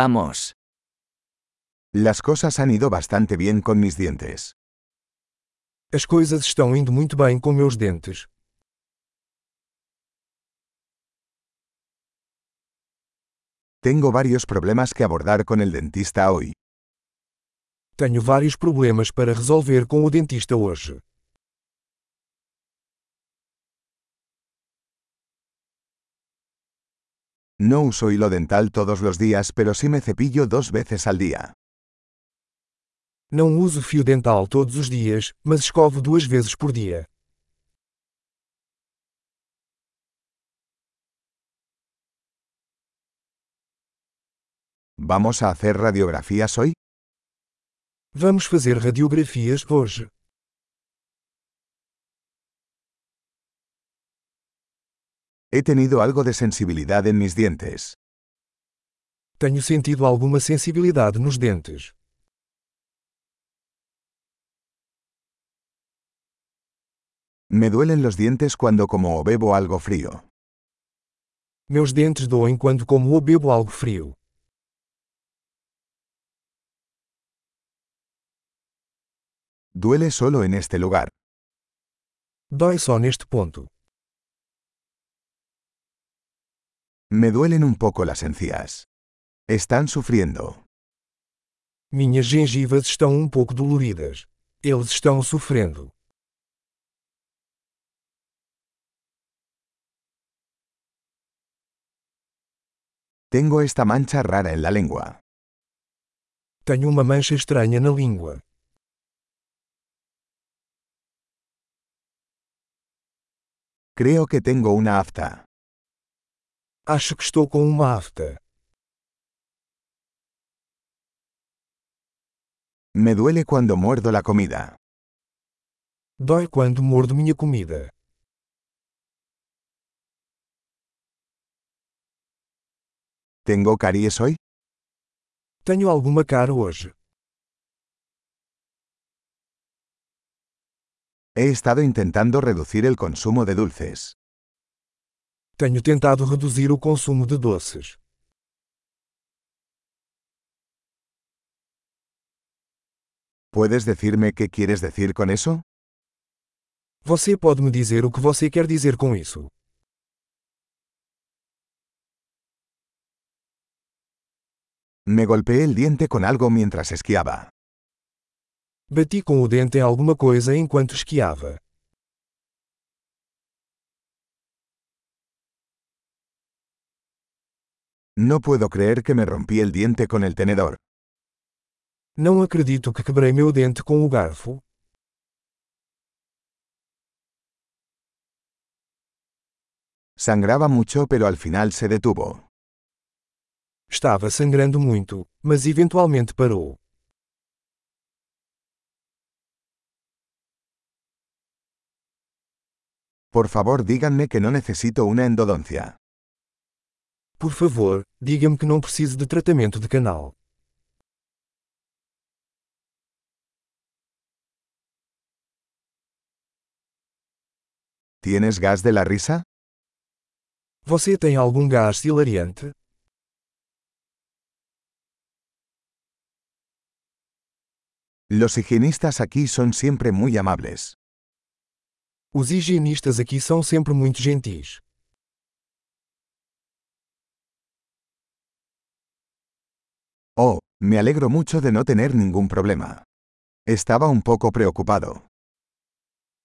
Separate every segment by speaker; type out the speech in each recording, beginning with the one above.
Speaker 1: Vamos.
Speaker 2: Las cosas han ido bastante bien con mis dientes.
Speaker 3: As coisas estão indo muito bem com meus dentes.
Speaker 2: Tengo varios problemas que abordar con el dentista hoy.
Speaker 3: Tenho vários problemas para resolver com o dentista hoje.
Speaker 2: No uso hilo dental todos los días, pero sí me cepillo dos veces al día.
Speaker 3: Não uso fio dental todos os dias, mas escovo duas vezes por dia.
Speaker 2: ¿Vamos a hacer radiografías hoy?
Speaker 3: Vamos fazer radiografias hoje.
Speaker 2: He tenido algo de sensibilidad en mis dientes.
Speaker 3: Tenho sentido alguma sensibilidade nos dentes.
Speaker 2: Me duelen los dientes cuando como o bebo algo frío.
Speaker 3: Meus dentes doem quando como ou bebo algo frio.
Speaker 2: Duele solo en este lugar.
Speaker 3: Dói só neste ponto.
Speaker 2: Me duelen un poco las encías. Están sufriendo.
Speaker 3: Minhas gengivas estão um pouco doloridas. Eles estão sofrendo.
Speaker 2: Tengo esta mancha rara en la lengua.
Speaker 3: Tenho uma mancha estranha na língua.
Speaker 2: Creo que tengo una afta.
Speaker 3: Acho que estou com uma afta.
Speaker 2: Me duele cuando muerdo la comida.
Speaker 3: Dói quando mordo minha comida.
Speaker 2: ¿Tengo caries hoy?
Speaker 3: Tenho alguma cara hoje.
Speaker 2: He estado intentando reducir el consumo de dulces.
Speaker 3: Tenho tentado reduzir o consumo de doces.
Speaker 2: ¿Puedes decirme qué quieres decir con eso?
Speaker 3: Você pode me dizer o que você quer dizer com isso?
Speaker 2: Me golpeé el diente con algo mientras esquiaba.
Speaker 3: Bati com o dente em alguma coisa enquanto esquiava.
Speaker 2: No puedo creer que me rompí el diente con el tenedor.
Speaker 3: Não acredito que quebrei meu dente com o garfo.
Speaker 2: Sangraba mucho pero al final se detuvo.
Speaker 3: Estava sangrando muito, mas eventualmente parou.
Speaker 2: Por favor díganme que no necesito una endodoncia.
Speaker 3: Por favor, diga-me que não preciso de tratamento de canal.
Speaker 2: ¿Tienes gas de la risa?
Speaker 3: Você tem algum gás hilariante?
Speaker 2: Los higienistas aquí son siempre muy amables.
Speaker 3: Os higienistas aqui são sempre muito gentis.
Speaker 2: Oh, me alegro mucho de no tener ningún problema. Estaba un poco preocupado.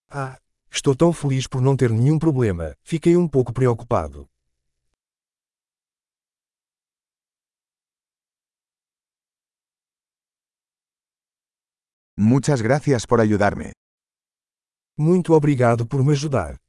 Speaker 3: Ah, estou tão feliz por não ter nenhum problema, fiquei um pouco preocupado.
Speaker 2: Muchas gracias por ayudarme.
Speaker 3: Muito obrigado por me ajudar.